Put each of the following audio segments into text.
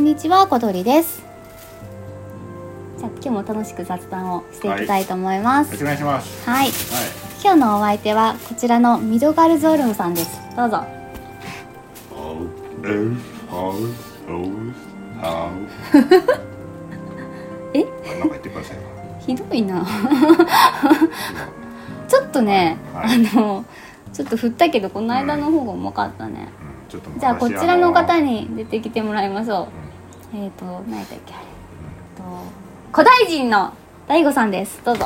にちは小鳥ですじゃあ今日も楽しく雑談をしていきたいと思いまよろしすくお願いします。はい、はい。今日のお相手はこちらのミドガルゾールムさんですどうぞおう、えう、はう、おう、はう。えあなんか言ってくださいよ。ひどいな ちょっとね、はあいのちょっと振ったけどこの間の方が重かったね、うんちょっと昔じゃあこちらの方に。に出てきてもらいましょうえっ、ー、と何だっけあれえっと古代人の大悟さんですどうぞ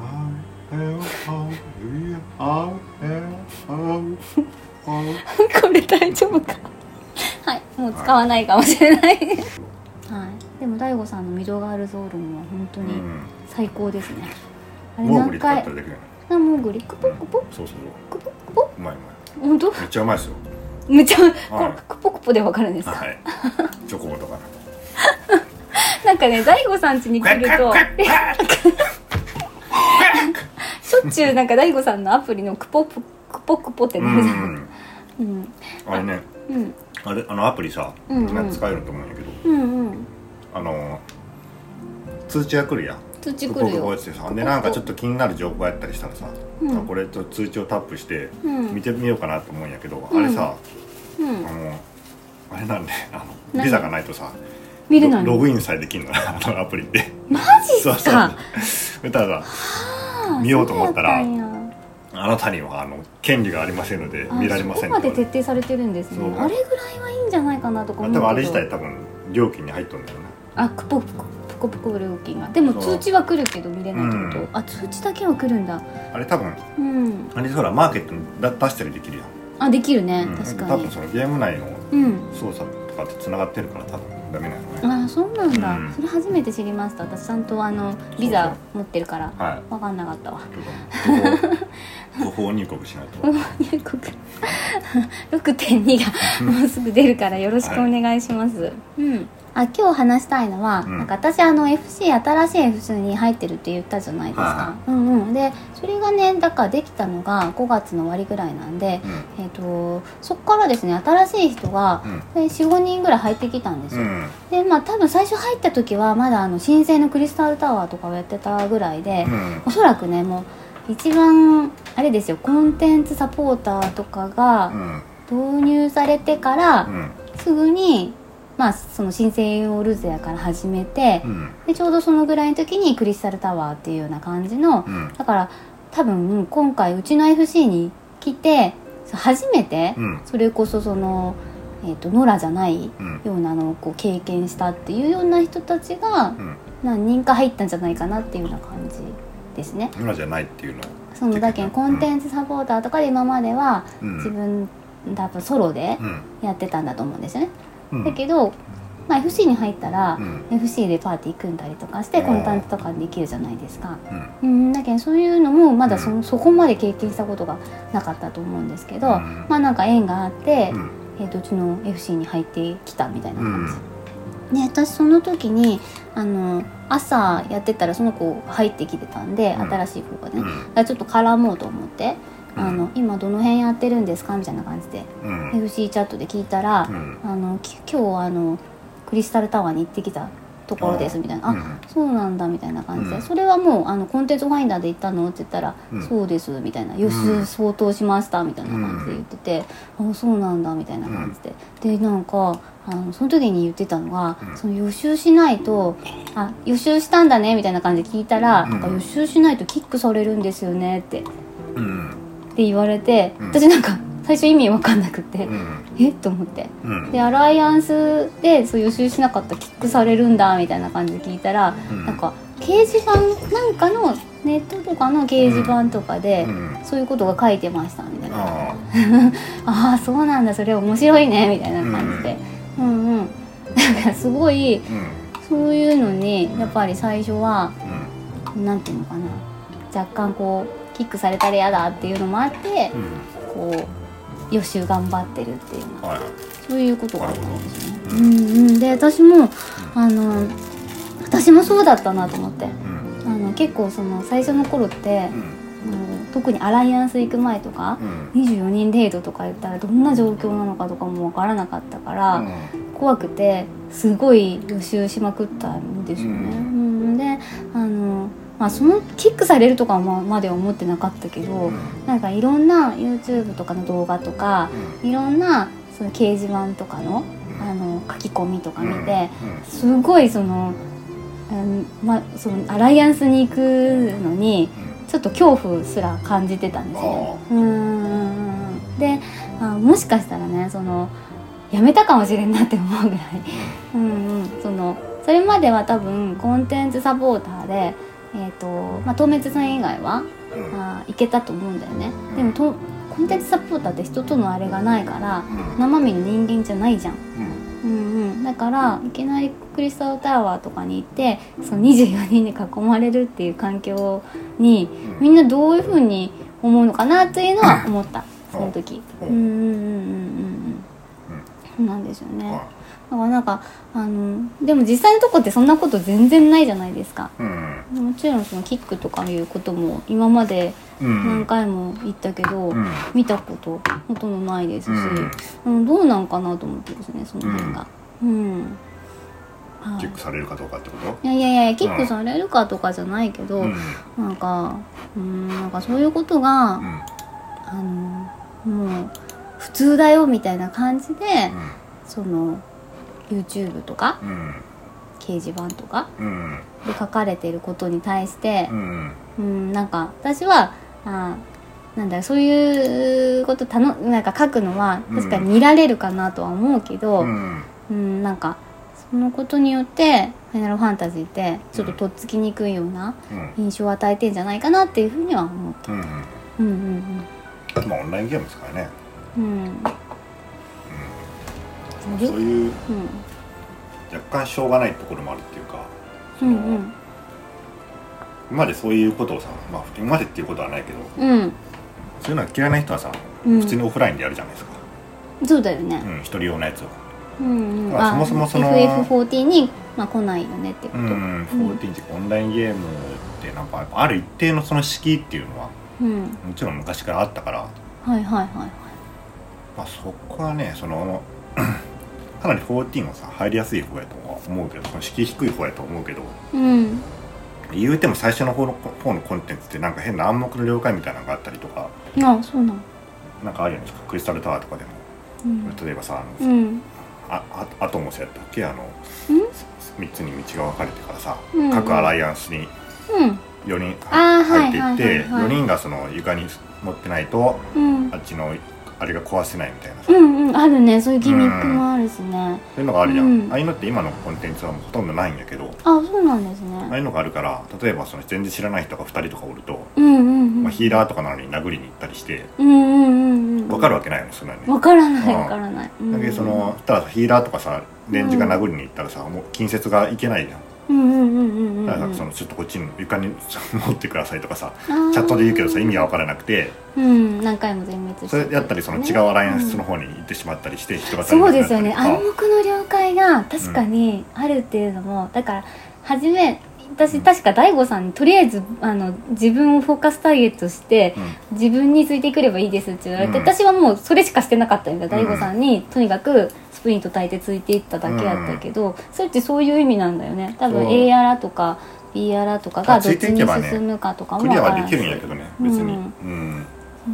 はう、えう、はう、うや、はう、えう、はう、はう。これ大丈夫かはいもう使わないかもしれないはいでも大悟さんのミドガールゾールも本当うにん。最高ですね、あれモーグリ何使った回らできない。あもうグリクポクポクそうそうそう。ポクポうまいうま本当い。めっちゃうまいですよ。めっちゃ、はいこクポクポでわかるんですかはい。チョコボとか。なんかね大悟さん家に来るとしょっちゅうなんか大悟さんのアプリのクポクポクポクポってうなるじゃないん。うんあれね、うんあれあのアプリさ、うんうんみんな使えると思うんやけど。うんうんあの通知が来るやん土こ来こるこようやってさでなんかちょっと気になる情報やったりしたらさ、うんあこれと通知をタップしてうん見てみようかなと思うんやけど、うんあれさうんあのあれなんであの何ビザがないとさ見れないロロのグインさえできんのよ あのアプリってマジっそうすそうかそしたらさ見ようと思ったらそうやんやあなたにはあの権利がありませんのであ見られませそんこまでとか徹底されてるんですそねうあれぐらいはいいんじゃないかなとかま思あうけど多分あれ自体多分料金に入っとるんだよねあクポクポプコプコ料金がでもそう通知は来るけど見れないってこと、うんあ通知だけは来るんだあれ多分うんあれほらマーケットに出出したりできるやん、あできるね、うん確多かに分そのゲーム内のうん操作とかってつながってるから多分ダメなのねあそうなんだ、うんそれ初めて知りました私ちゃんとあのビザ持ってるからはい分かんなかったわちょっと不法不法入国しないと入国6.2がもうすぐ出るからよろしくお願いします、うんあ今日話したいのは、うんなんか私あの FC 新しい FC に入ってるって言ったじゃないですかは、うんうんでそれがねだからできたのが5月の終わりぐらいなんで、うんえっとそこからですね新しい人がうん45人ぐらい入ってきたんですうよ、んでまあ多分最初入った時はまだあの新生のクリスタルタワーとかをやってたぐらいで、うんおそらくねもう一番あれですよコンテンツサポーターとかうがん導入されてかうらんすぐにまあその新生オルゼアから始めてうんでちょうどそのぐらいの時にクリスタルタワーっていうような感じのうんだから多分今回うちの FC に来て初めてうんそれこそその、えー、とノラじゃないうんようなのをこう経験したっていうような人たちがうん何人か入ったんじゃないかなっていうような感じですね。今じゃないっていうのそのだけうんんコンテンツサポーターとかで今まではうん自分多分ソロでうんやってたんだと思うんですよね。うんだけど、まあ、FC に入ったらう、ん FC でパーティー組んだりとかしてうんコンテンツとかできるじゃないですか。うんうん、だけどそういうのもまだそ,、うんそこまで経験したことがなかったと思うんですけど、うんまあなんか縁があって、うんえー、とうちの FC に入ってきたみたいなう感じん。で私その時にあの朝やってたらその子入ってきてたんで、うん新しい子がね、うだかんらちょっと絡もうと思って、うんあの今どの辺やってるんですかみたいな感じで、うん FC チャットで聞いたら、うんあのき今日あのクリスタルタワーに行ってきたところですみたいな、うあんそうなんだみたいな感じで、うんそれはもうあのコンテンツファインダーで行ったのって言ったら、うんそうですみたいなよし、うん相当しましたみたいな感じで言ってて、あそうなんだみたいな感じで、でなんかあのその時に言ってたのが、うんその予習しないとあ予習したんだねみたいな感じで聞いたら、うんなんか予習しないとキックされるんですよねってってうん言われて、うん私なんか最初意味わかんなくて、うんえっと思って。うんでアライアンスでそう予習しなかったらキックされるんだみたいな感じで聞いたら、うんなんか掲示板なんかのネットとかの掲示板とかで、うんそういうことが書いてましたみたいな、あああーそうなんだそれ面白いねみたいな感じで、うん、うんなんかすごいーうんそういうのにやっぱり最初はうんなんていうのかな若干こうキックされたら嫌だっていうのもあって、うんこう予習頑張ってるっていうのはいはいそういうことがあったんですね。うんうん、で私もあの私もそうだったなと思ってうんあの結構その最初の頃ってう、んあの特にアライアンス行く前とか、うん24人デートとか言ったらどんな状況なのかとかも分からなかったから、うん怖くてすごい予習しまくったんですよね。ううんであの、まあ、そのキックされるとかままでは思ってなかったけど、うんなんかいろんな YouTube とかの動画とかいろんなその掲示板とかのあの書き込みとかうん見て、すごいその,、うんま、そのアライアンスに行くのにうんうんちょっと恐怖すら感じてたんですよ。うーんであもしかしたらねそのやめたかもしれんなって思うぐらい、うんうん、そのそれまでは多分コンテンツサポーターで、えーとまあ、東滅さん以外はうんうんあーいけたと思うんだよねうんでもとコンテンツサポーターって人とのあれがないからうん生身の人間じゃないじゃん、うんうんうん、だからいきなりクリスタルタワーとかに行ってその24人に囲まれるっていう環境にうんみんなどういうふうに思うのかなっていうのは思 ったうそんの時ううんんうんうんうんうんそうなんですよねはだからなんかあのでも実際のとこってそんなこと全然ないじゃないですかいうんもちろんそのキックとかいうことも今までうん何回も言ったけど、うん見たことほとんどないですし、ううん、どうなんかなと思ってですねその辺が。うんはチェッいクされるかどうかってこいとやいやいやキックされるかとかじゃないけど、うんなんかうんなんかそういうことが、うんあのもう普通だよみたいな感じで、その YouTube とかうん掲示板とかうんで書かれてることに対してう、んうん、なんか私はあーなんだろうそういうことたのなんか書くのはうん確かに見られるかなとは思うけど、ううんんなんかそのことによって「ファイナルファンタジー」ってちょっととっつきにくいようなうん印象を与えてんじゃないかなっていうふうには思う。うんうんうんまあオンラインゲームですからねうんうんそういううん若干しょうがないところもあるっていうかうんうん今までそういうことをさ、まあ、今までっていうことはないけどうんそういうのは嫌いな人はさ、うん普通にオフラインでやるじゃないですか、そうだよねう。ん、一人用のやつを、うんうん、まあそもそもその FF14 に、まあ、来ないよねってこうと。ん、14ってオンラインゲームってなんかやっぱある一定のその敷居っていうのはうん、もちろん昔からあったから、はいはいはい。まあ、そこはねその かなり14はさ入りやすい方やとは思うけどその敷居低い方やと思うけどうん言うても最初の方の方のコンテンツってなんか変な暗黙の了解みたいなのがあったりとかあそうなのなんかあるよねクリスタルタワーとかでもうん例えばさあうの、んああアトモスやったっけあのうん3つに道が分かれてからさ、うん各アライアンスにうん4人あー入っていっはいはいてはいはい4人がその床に乗ってないとうんあっちのあれが壊せないみたいなさ、うそんうんあるねそういうギミックもあるしねういうのがあるじゃん、うんああいうのって今のコンテンツはもうほとんどないんやけどあそうなんですああねいうのがあるから例えばその全然知らない人が2人とかおると、うんうんうんまあ、ヒーラーとかなのに殴りに行ったりしてうんうんうんうん分かるわけないよねそんなのねわからないうんわからないだけどそのただヒーラーとかさレンジが殴りに行ったらさ、もう近接がいけないじゃんうんうんうんうんうんだからうんさそのちょっとこっちに床に持ってくださいとかさあーチャットで言うけどさ意味が分からなくてうん何回も全滅してそれやったりその違うアライアンスの方に行ってしまったりして人が足りそうなくでなっすよたりねとか暗黙の了解が確かにあるっていうのも、だから初め私確か大悟さんにとりあえずあの自分をフォーカスターゲットして、自分についてくればいいですって言われて、うん私はもうそれしかしてなかったんだ大う悟んさんにとにかくスプリント焚いてついていっただけやったけど、それってそういう意味なんだよね多分そう A やらとか B やらとかがあどつっいちていけばねに進むかとかうんもクリアはできるんやけどどねうん別にううんん、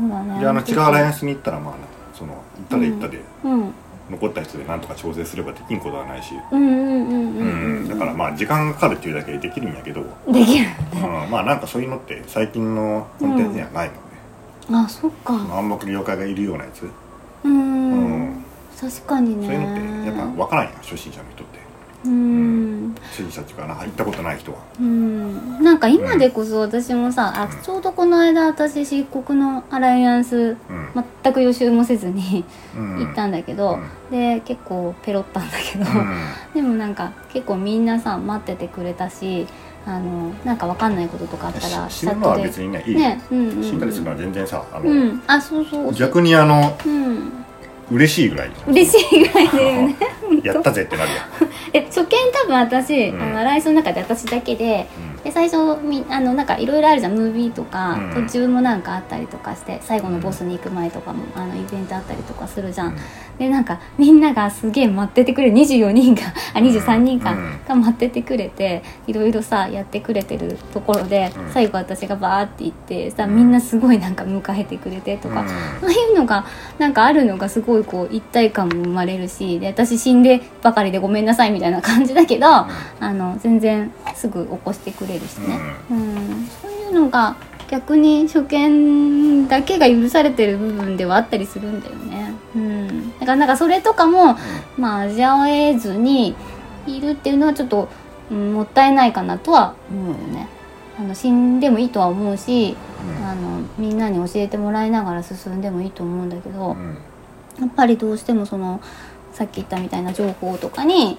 そうだねであの違うアライアンスに行ったらまあその行ったら行ったで、うん残った人でなんとか調整すればできんことはないし、うんうんうんううんん、うん、だからまあ時間がかかるっていうだけでできるんやけど、うん、できるまあなんかそういうのって最近のコンテンツにはないもんね、あそっか、暗黙の了解がいるようなやつ、うーうんん確かにねそういうのってやっぱ分からんやん初心者の人ってうーん初心者っていうかな行ったことない人はうんなんか今でこそ私もさ、あちょうどこの間私漆黒のアライアンスうん、全く予習もせずにうん、行ったんだけうど、んで結構ペロったんだけど、でもなんか結構みんなさ待っててくれたしあのなんかわかんないこととかあったらし死ぬのはチャッ別にねいトい、でねうんうん、うん、死んだりするのは全然さあの、うんあそうそう逆にあのうん嬉しいぐらい嬉しいぐらいだ よねやったぜってなるやんえ初見多分私、うんあのライスの中で私だけで うんで最初みあのなんかいろいろあるじゃんムービーとか、うん途中もなんかあったりとかして最後のボスに行く前とかもあのイベントあったりとかするじゃん、でなんかみんながすげえ待っててくれる24人があ23人か、うんが待っててくれていろいろさやってくれてるところで、うん最後私がバーって行ってさうんみんなすごいなんか迎えてくれてとか、ああいうのがなんかあるのがすごいこう一体感も生まれるしで私死んでばかりでごめんなさいみたいな感じだけど、あの全然すぐ起こしてくれるしね、うん、そういうのが逆に初見だけが許されてる部分ではあったりするんだよね。うん、だからなんかそれとかも、まあ、味わえずにいるっていうのはちょっと、うん、もったいないかなとは思うよね。あの死んでもいいとは思うしあのみんなに教えてもらいながら進んでもいいと思うんだけどやっぱりどうしてもそのさっき言ったみたいな情報とかに、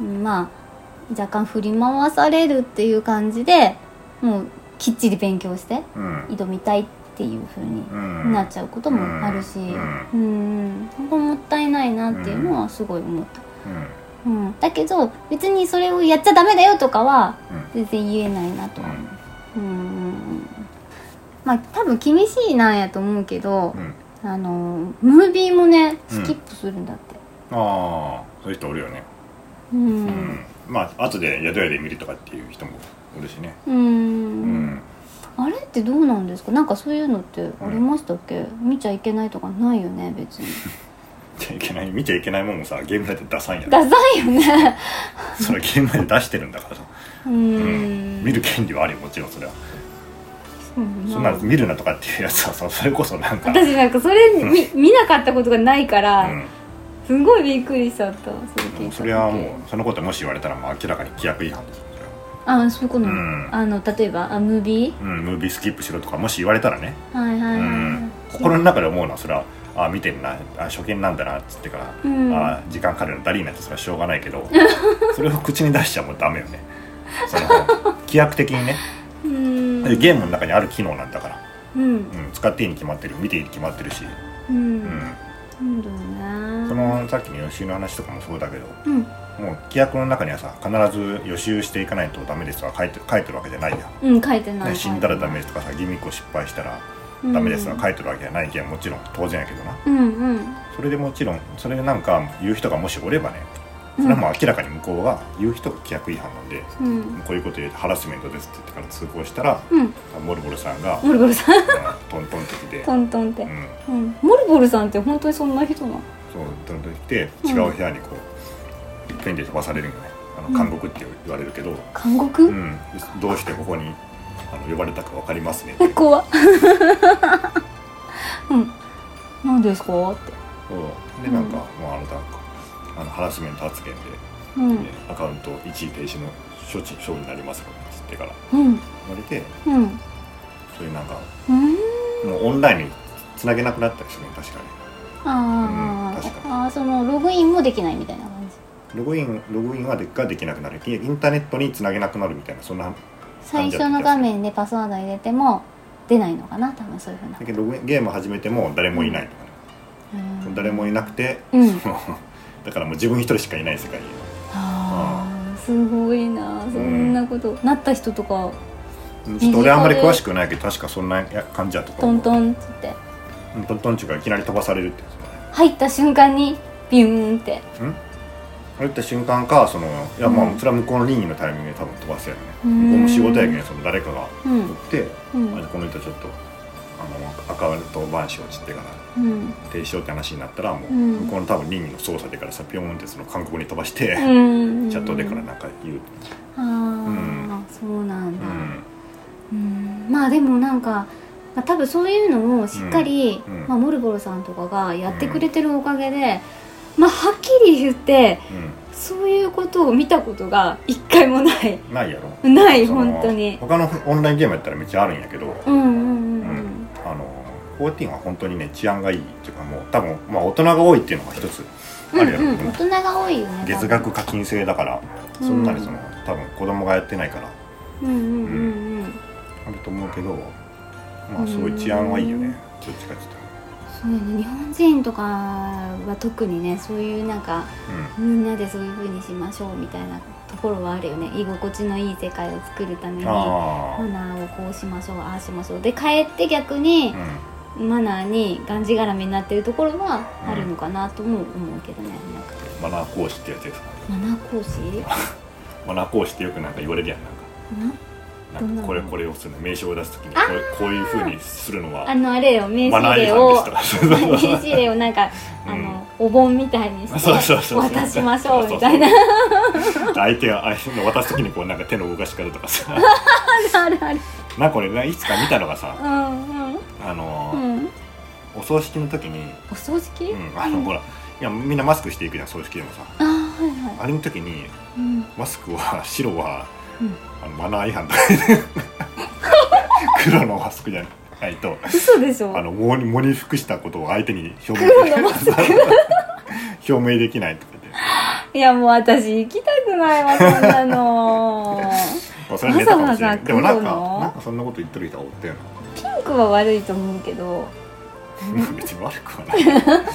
うんまあ若干振り回されるっていう感じでもうきっちり勉強して挑みたいっていう風になっちゃうこともあるしうんそこもったいないなっていうのはすごい思った。うん、だけど別にそれをやっちゃダメだよとかは全然言えないなとは思う。うんうんうんまあ多分厳しいなんやと思うけど、あのムービーもねスキップするんだって。ああそういう人おるよねうん。まあ後で宿屋で見るとかっていう人もおるしねうんうんあれってどうなんですかなんかそういうのってありましたっけ、見ちゃいけないとかないよね別 に見ちゃいけない見ちゃいけないもんもさゲーム内で出さんやダサいよねそれゲーム内で出してるんだから さう見る権利はあるよもちろんそれはうんそんなの見るなとかっていうやつはさそれこそなんか私なんかそれうん見見なかったことがないから、うすごいびっくりしちゃったそれ聞いたん時それはもうそのこともし言われたらもう明らかに規約違反ですよそれはあそういうことなの、うんあの例えばあムービうん、ムービースキップしろとかもし言われたらね、ーはいはういはい、ん、心の中で思うのはそれはあ見てんなあ初見なんだなっつってから、うんあ時間かかるのダリーなってそれはしょうがないけど それを口に出しちゃもうダメよねその規約的にねうんでゲームの中にある機能なんだから、うんうん、使っていいに決まってる見ていいに決まってるし、ううんん、なんだろうねそのさっきの予習の話とかもそうだけどうんもう規約の中にはさ必ず予習していかないとダメですとか書いて書いてるわけじゃないじゃんうん書いてない、ね、死んだらダメですとかさギミックを失敗したらうんダメですは書いてるわけじゃないけんもちろん当然やけどなうんうんそれでもちろんそれなんか言う人がもしおればねそれはもう明らかに向こうが言う人が規約違反なんで、うんこういうこと言うとハラスメントですって言ってから通報したらうんモルボルさんが、モルボルさんうんトントンってき て、トントンってう、ん、うん、モルボルさんって本当にそんな人なのそうトントンってきて違う部屋にこう、ペンで飛ばされるんよねあのうん監獄って言われるけど、監獄、うん、どうしてここにあの呼ばれたか分かりますねえ怖っうん何ですかってそうでなんか、もうあなたあのハラスメント発言で、うんねアカウント1位停止の処置処分になりますからって言ってからうん言われてうんそういうなんかうんもうオンラインにつなげなくなったりするね確かあー、うん確かにあーそのログインもできないみたいな感じにログインログインはでができなくなるいやインターネットにつなげなくなるみたいなそんな最初の画面でパスワード入れても出ないのかな多分そういうふうなだけどログインゲーム始めても誰もいないとかね、うん誰もいなくて、うん だからもう自分一人しかいない世界にあーすごいなそんなこと、なった人とかちょっと俺あんまり詳しくないけど確かそんな感じやったとト思ンうトンっつってうんトントンっていうかいきなり飛ばされるってやつね入った瞬間にビューンって入った瞬間かそのいやまうあんそれは向こうの任意のタイミングで多分飛ばすやろうね向んこうも仕事やけんその誰かがうおっんて、うあじゃんあこの人ちょっとあのアカウント番しをちってからうん停止しようって話になったらもううん向こうの多分任意の操作でからさピョーンってその韓国に飛ばして、うんチャットでからなんか言う、ああ、そうなんうだ、んうんまあでもなんか、まあ、多分そういうのをしっかり、うんうんまあ、モルボロさんとかがやってくれてるおかげで、まあはっきり言ってそういうことを見たことが一回もないうん、ないやろないその本当に他のオンラインゲームやったらめっちゃあるんやけど、うんうんうんううんんあの14は本当にね治安がいいっていうかもう多分、まあ、大人が多いっていうのが一つあるやろ、うんうん大人が多いよね月額課金制だからうんそんなにその、多分子供がやってないからうんうんうんうんあると思うけどまあすごい治安はいいよねどっちかっていうとそうよね日本人とかは特にねそういうなんかみんなでそういうふうにしましょうみたいなところはあるよね居心地のいい世界を作るためにマあナーをこうしましょうああしましょうで帰って逆にあ、マナーにがんじがらめになってるところはあるのかなとも思うけどねなんかうん、マナー講師ってやつですかねマナー講 師マナー講師ってよくなんか言われるやんななんかどんなんなかのこれこれをするの名称を出すときにこれこういうふうにするのはあのあれよ名マナ刺ー違令反をですとかそうそう 名刺令をなんか、うんあのお盆みたいにそうそうしてそう渡しましょうみたいな相手が相手の渡すときにこうなんか手の動かし方とか さあるあるなんかこれねいつか見たのがさうんあのうー、んうんお葬式の時に、お掃除機、うん、あのほらいやみんなマスクしていくじゃん葬式でもさあーはいはいあれの時にうん マスクは白は、うんあのマナー違反だ 黒のマスクじゃないと嘘でしょあの喪に喪に服したことを相手に表明黒のマス表明できないとか言って、いやもう私行きたくないわそんなのまあ、それはネタかもしれないわざわざでもなんか黒のなんかそんなこと言ってる人はおったよな ピンクは悪いと思うけど 別に悪くは ないなんか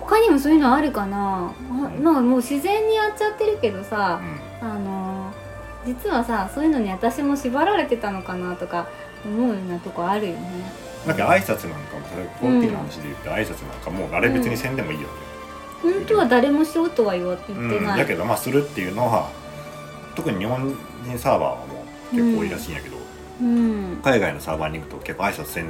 他にもそういうのあるかなあなんかもう自然にやっちゃってるけどさ、あのー実はさそういうのに私も縛られてたのかなとか思うようなとこあるよねなんか挨拶なんかもそれポッキーの話で言って挨拶なんかもうあれ別にせんでもいいよね、本当は誰もしようとは言わ言ってうんない、だけどまあするっていうのは特に日本人サーバーはもう結構多いらしいんやけど、うん海外のサーバーに行くと結構挨拶せん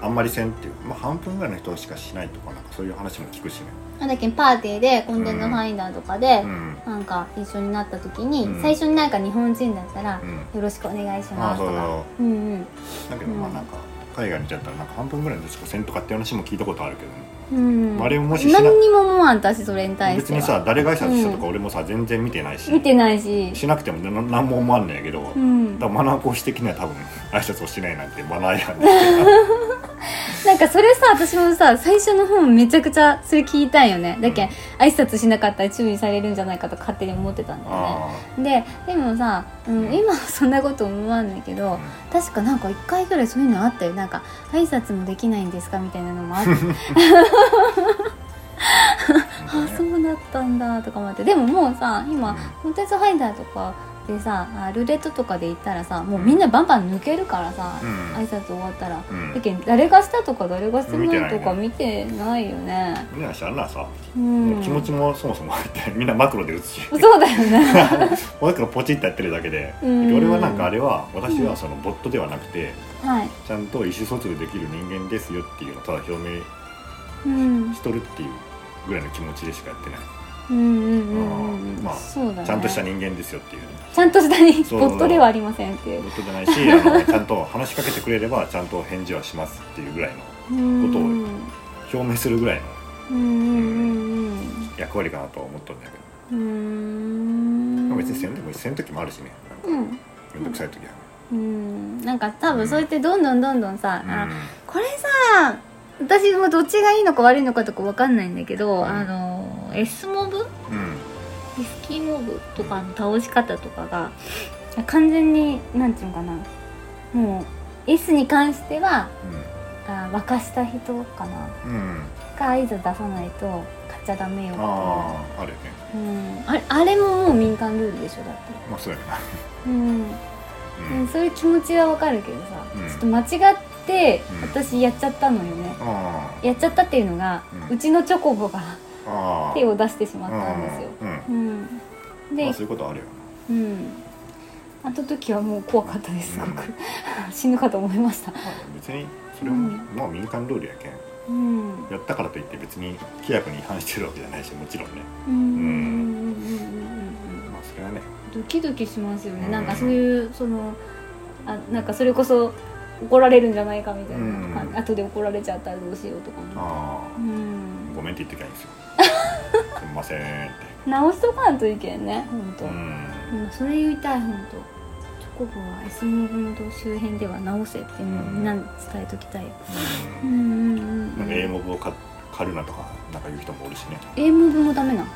あんまりせんっていう、まあ、半分ぐらいの人しかしないとかなんかそういう話も聞くしね、なんだっけパーティーでコンテンツファインダーとかでう、んなんか一緒になった時に、うん最初になんか日本人だったらう、ん、よろしくお願いしままあすそとうかそうんうんうだけどまあなんか海外に行っちゃったらなんか半分ぐらいの人しかせんとかって話も聞いたことあるけどね、うん、あれをもししな何にも思わん私それに対し別てはにさ誰が挨拶したとか俺もさ全然見てないし、見てないし、しなくてもな何も思わんねんやけど、うん、だなんからマナー講師的には多分挨拶をしないなんてマナー違反かそれさ私もさ最初の方めちゃくちゃそれ聞いたんよねだけん挨拶しなかったら注意されるんじゃないかと勝手に思ってたんだよあねででもさ、うん、うん今はそんなこと思わんだけど、あ、確かなんか1回ぐらいそういうのあったよなんか挨拶もできないんですかみたいなの もあってあうんそうだったんだとか思ってでももうさう今んコンテンツハイダーとかでさあルーレットとかで行ったらさもうみんなバンバン抜けるからさ、うん挨拶終わったら。うんだけど誰がしたとか誰がしてないとか見見てないよね。みんなしあんなさ、うん、気持ちもそもそもあってみんなマクロで打つしそうだよ ね。マクロポチッとやってるだけで、うん俺はなんかあれは私はそのボットではなくて、はい。ちゃんと意思疎通できる人間ですよっていうのをただ表明うん。しとるっていうぐらいの気持ちでしかやってない、うんうんうんうん。まあそうだね。ちゃんとした人間ですよっていうちゃんとしたにそうボットではありませんっていうボットじゃないしあのちゃんと話しかけてくれればちゃんと返事はしますっていうぐらいのうんことをうん表明するぐらいのうんうん役割かなとは思っとるんだけど、うんまあ別にせんでもいいせん時もあるしねなんかうんめんどくさい時は、うんなんか多分そうやってどんどんどんどんさ、うんあこれさ私もどっちがいいのか悪いのかとかわかんないんだけど、うんあの S モブうんリスキーモブとかの倒し方とかが完全になんていうのかなもう S に関してはあ沸かした人かなうんうんが合図出さないと買っちゃダメよってあああるよいう、うねん、あれあれももう民間ルールでしょだって、まあそうやなうんうん、そういう気持ちはわかるけどさ、うんちょっと間違ってうん私やっちゃったのよね、あやっちゃったっていうのが、ううんちのチョコボがあああ手を出してしまあったんですよ、うん、うんうん、まであ、そういうことあるようんあった時はもう怖かったですすごく 死ぬかと思いましたな、まあ、別にそれも、うんまあ民間ルールやけんうんうんやったからといって別に規約に違反してるわけじゃないしもちろんねうんうんうんまあそれはねドキドキしますよね、うんなんかそういうそのあなんかそれこそ怒られるんじゃないかみたいな、うんあ後で怒られちゃったらどうしようとかも、あうあん、ごめんって言ってきゃいいん ですよすみませんって直しとかんといけんねほんと、うんうんそれ言いたいほんとチョコボは S モブの周辺では直せっていうのをみんなに伝えときたい、うんうんうん、なんか A モブをか狩るなとかなんか言う人もおるしね A モブもダメなの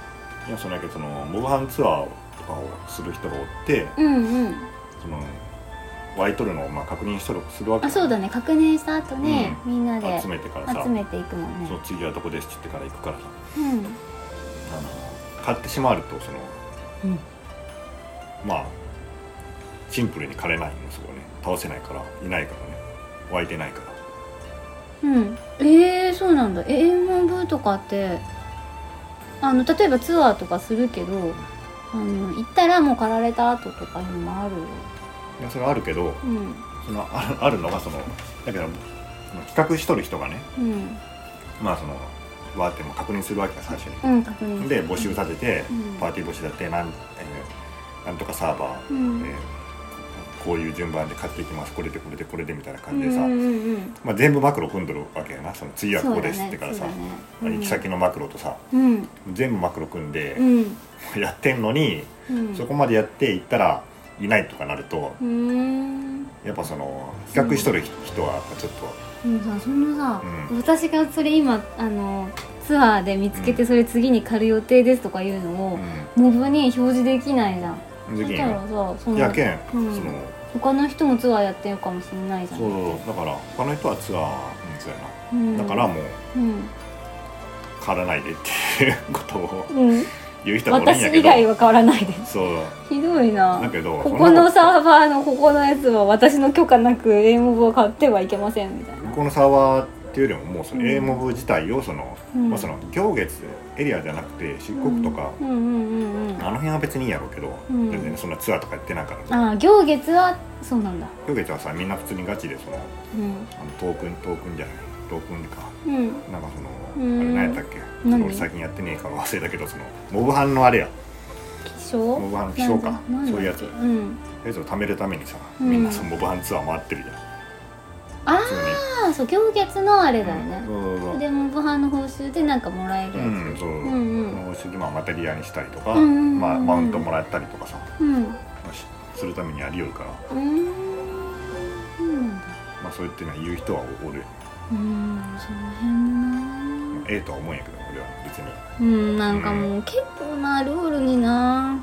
いやそのやけどそのモブハンツアーとかをする人がおってうんうんその湧いとるのをまあ確認しとるするわけあそうだね確認した後ね、みんなで集めてからさ集めていくもんねその次はどこですって言ってから行くからさうんあの買ってしまうとそのうんまあシンプルに枯れないのそこね倒せないからいないからね湧いてないからうん、えー、そうなんだえ円満部とかってあの例えばツアーとかするけどあの行ったらもう駆られた後とかにもあるよ、いやそれはあるけどうんそのあるあるのがそのだけどその企画しとる人がねうんまあそのわーってもう確認するわけだ最初にうん、確認で募集立てて、うんパーティー募集だってなん,、えーなんとかサーバー、うんえーこういう順番で買っていきますこれでこれでこれでみたいなう感んじうでさ、んうんまあ、全部マクロ組んどるわけやなその次はここですってからそさ、うだね行き先のマクロとさうん全部マクロ組んでう、んやってんのに、うんそこまでやっていったらいないとかなるとうーんやっぱその比較しとる人はやっぱちょっと、でもさそのさ、う私がそれ今あのツアーで見つけてそれ次に狩る予定ですとかいうのうを、ん、モブに表示できないじゃんできだんからよさそのやけん、うんその他の人もツアーやってるかもしれないじゃんそうだから他の人はツアーうんそうやなうんだからもううん変わらないでっていうことをうん、言う人がおるん私やけ以ど外は変わらないです そうひどいなだけどここのそんなサーバーのここのやつは私の許可なく A モブを買ってはいけませんみたいこなこのサーバーっていうよりももうそのうん A モブ自体をその、うんまあ、その行月エリアじゃなくて漆黒とか、うんうんうんうんあの辺は別にいいやろうけど、うん全然そんなツアーとかやってないから、ああ行月はそうなんだ行月はさみんな普通にガチでそのうあのトークントークンじゃないトークンんうかんなんかそのうんあれ何やったっけ何俺最近やってねえから忘れたけどそのモブ班のあれや気象モブ班の気象かなんだそういうやつなんだっけうんやつを貯めるためにさうんみんなそのモブ班ツアー回ってるじゃんあ普通にああそう行月のあれだよね、うんそうそうそうでモブ班の報酬でなんかもらえるうやんつうそうんうんもう一度まあマテリアにしたりとか、うんうんうんうんまあ、マウントもらったりとかさうんまあしするためにやりよるから、うーんそうなんだまあ、そう言ってね言う人はおるうーんその辺もなええとは思うんやけど俺は別に、うんなんかもう結構なルールになま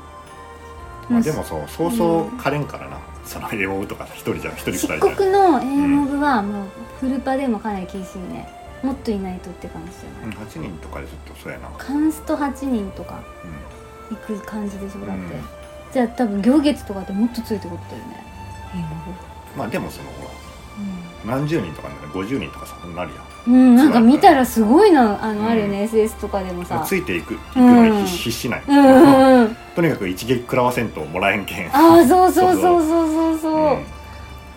うあ、んでもそうそうそう枯れんからな、その英語とかさ一人じゃん一人二漆人じゃん黒の A モブはもうフルパでもかなり厳しいねもっといないとって感じじゃないうん8人とかでちょっとそうやな、うん、カンスト8人とか行く感じでしょだって、うんじゃあ多分行月とかってもっと強いってことだよね A モまあでもそのほらブうん何十人とかになる50人とかさそんなるやんうん、なんか見たらすごいなあの、うんあるよね SS とかでもさついていくいくのうんに必必死ない、うんうんうんとにかく一撃食らわせんともらえんけんああそうそうそうそうそうそう、うん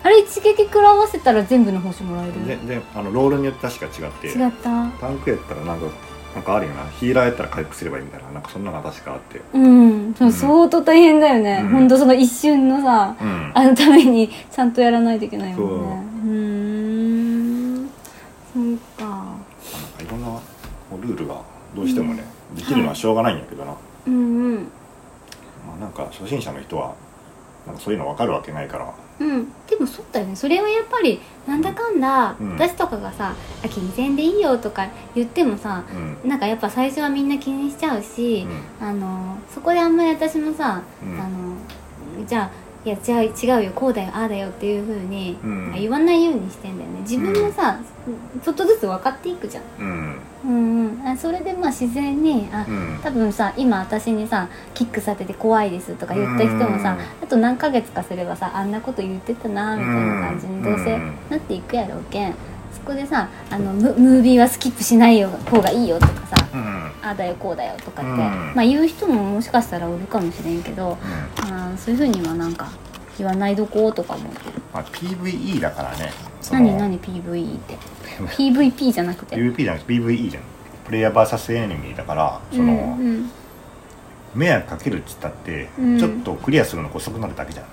あれ一撃食らわせたら全部の報酬もらえるでであのロールによって確か違って違ったタンクやったらなんかなんかあるよなヒーラーやったら回復すればいいみたいななんかそんなのが確かあってうんそううん相当大変だよね、うんほんとその一瞬のさうんあのためにちゃんとやらないといけないもんねうーんそうかなんかいろんなこうルールがどうしてもね、できるのはしょうがないんやけどな、うんうんまあ、なんか初心者の人はなんかそういうの分かるわけないからうん、でもそうだよねそれはやっぱりなんだかんだ、うん私とかがさ「あ金銭でいいよ」とか言ってもさうんなんかやっぱ最初はみんな気にしちゃううし、んあのそこであんまり私もさ、うんあのじゃあいや違う違うよこうだよああだよっていう風に、うん言わないようにしてんだよね自分もさ、ちょっとずつ分かっていくじゃん、うんうんうん、あそれでまあ自然にあ、うん多分さ今私にさキックされて怖いですとか言った人もさあと何ヶ月かすればさあんなこと言ってたなみたいな感じにどうせうんなっていくやろうけんそこでさあのムムービーはスキップしないよ方がいいよとかさうんああだよこうだよとかって、うんまあ言う人ももしかしたらおるかもしれんけど、あーそういうふうにはなんか言わないどこうとか思ってまあ、PVE だからねその何何 PVE って PVP じゃなくて PVP じゃなくて PVE じゃんプレイヤー VS エネミーだからその、うんうん迷惑かけるっつったって、うんちょっとクリアするのが遅くなるだけじゃん、うん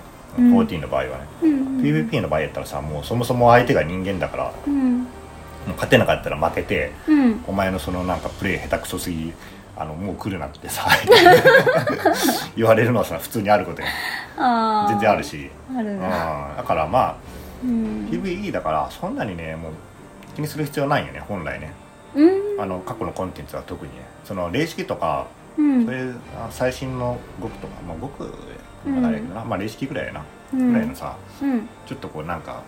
14の場合はね、うんうん PVP の場合やったらさもうそもそも相手が人間だからもうんう勝てなかったら負けてうんお前のそのなんかプレイ下手くそすぎあのもう来るなっ てさ言われるのはさ普通にあることやあー全然あるしあるうんな、だからまあうん、 PVE だからそんなにねもう気にする必要ないよね本来ねうんあの過去のコンテンツは特にねその霊式とかうんそういうあ最新の5句とか、まあ、5句まだあれやけどな、まあ、霊式ぐらいやな、うんぐらいのさうんちょっとこうなんか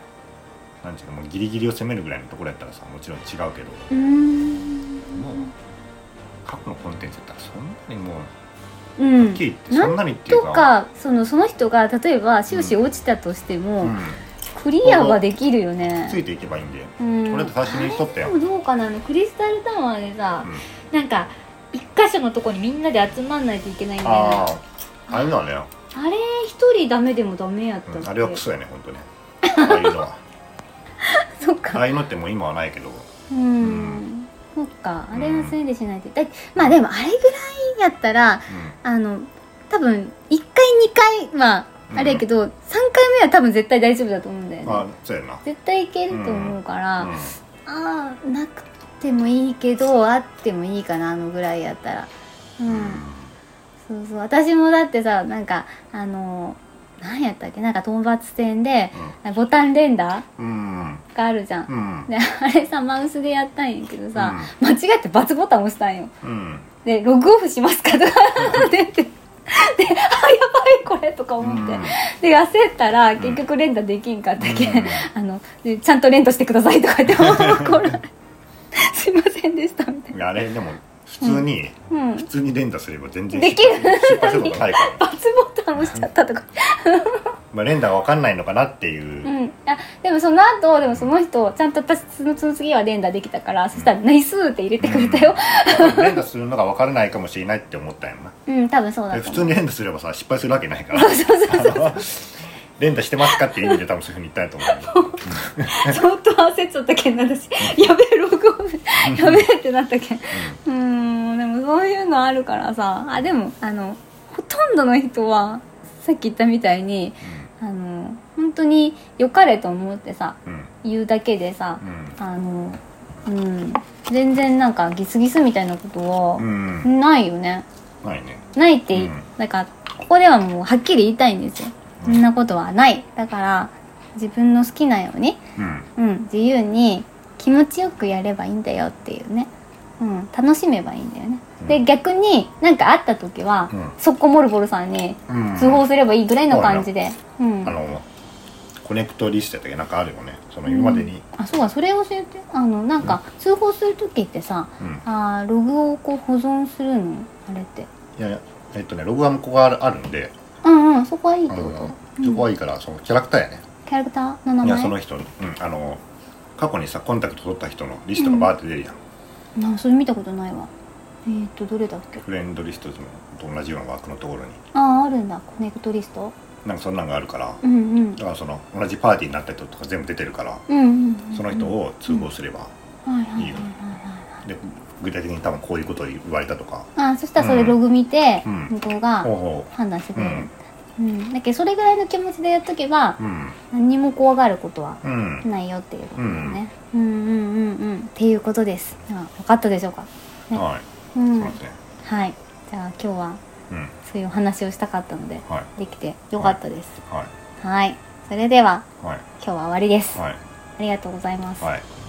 なんていうかもうギリギリを攻めるぐらいのところやったらさもちろん違うけどうーんもう過去のコンテンツやったらそんなにもううんっきり言ってなそんんなにっていとうかかそのその人が例えば終始落ちたとしても、うんクリアはできるよねついていけばいいんでうん俺と最初に取ったでよもどうかなあのクリスタルタワーでさ、なんか一箇所のとこにみんなで集まんないといけないんだよねああああいうのはね、あれ一人ダメでもダメやったっけ、うん、あれはクソやね本当ねああいうのはそっあかあいうのってもう今はないけどうん、うんそっかあれはせいでしないと、だまあでもあれぐらいやったらあの多分1回2回はうんあれやけど、3回目は多分絶対大丈夫だと思うんだようね、んまあそうやな絶対いけると思うから、うんああなくてもいいけどあってもいいかなあのぐらいやったらうん、そうそう私もだってさなんかあの何やったっけなんか討伐戦でボタン連打うんうんがあるじゃん、うんであれさマウスでやったんやけどさ、間違ってバツボタン押したんようんうんでログオフしますかとか出てであやばいこれとか思って、うんで焦ったらん結局連打できんかったけ、うんあのでちゃんと連打してくださいと か言って怒られすいませんでしたみたいな、あれでも普通に、うん、普通に連打すれば全然できる失敗することないから、バツボタン押しちゃったとか、まあ、連打が分かんないのかなっていうう、ん、あでもその後でもその人ちゃんと私その次は連打できたからそしたら「ナイス!」って入れてくれたよ、連打するのが分からないかもしれないって思ったんやなうん多分そうだえと普思う通に連打すればさ失敗するわけないからあの連打してますかっていう意味で多分そういうふうに言ったんやと思う相当焦っちゃったけんな私やべえログオフやべえってなったけんうーんでもそういうのあるからさあでもあのほとんどの人はさっき言ったみたいにあの本当に良かれと思ってさうんうん言うだけでさうんあのうん全然なんかギスギスみたいなことうはん、うん、ないよねないねないって、うんだからここではもうはっきり言いたいんですよそんなことはないだから自分の好きなようにうんうん、自由に気持ちよくやればいいんだよっていうね、うん、楽しめばいいんだよね、うんで逆に何かあった時は、うん速攻モルボルさんにうん通報すればいいぐらいの感じで、うんあのコネクトリストやったっけなんかあるよねその今までに、あそうかそれ教えてあのなんか通報する時ってさうんあーログをこう保存するのあれっていやいやえっとねログは向こうがあるあるんでうんうんそこはいいっあてことのそこはいいから、そのキャラクターやねキャラクターの名いや前その人の、うん、あの過去にさコンタクト取った人のリストがバーって出るやん、なんかそれ見たことないわえー、っとどれだっけフレンドリストと同じような枠のところにあああるんだコネクトリストなんかそんなんがあるからうんうんだからその同じパーティーになった人とか全部出てるからうんうんうんその人を通報すれば、はいはいはいはいいよはいで具体的に多分こういうことを言われたとかあそしたらそれログ見て、うん向こうがほう判断してくほううれるん、うん、だけどそれぐらいの気持ちでやっとけばうん何にも怖がることはうんないよっていうことだよね、うん、うんうんうんっていうことですあ分かったでしょうかねはうい、んそうですねはいじゃあ今日はうんそういうお話をしたかったのではいできてよかったですはいはいそれでははい今日は終わりです、はいありがとうございますはい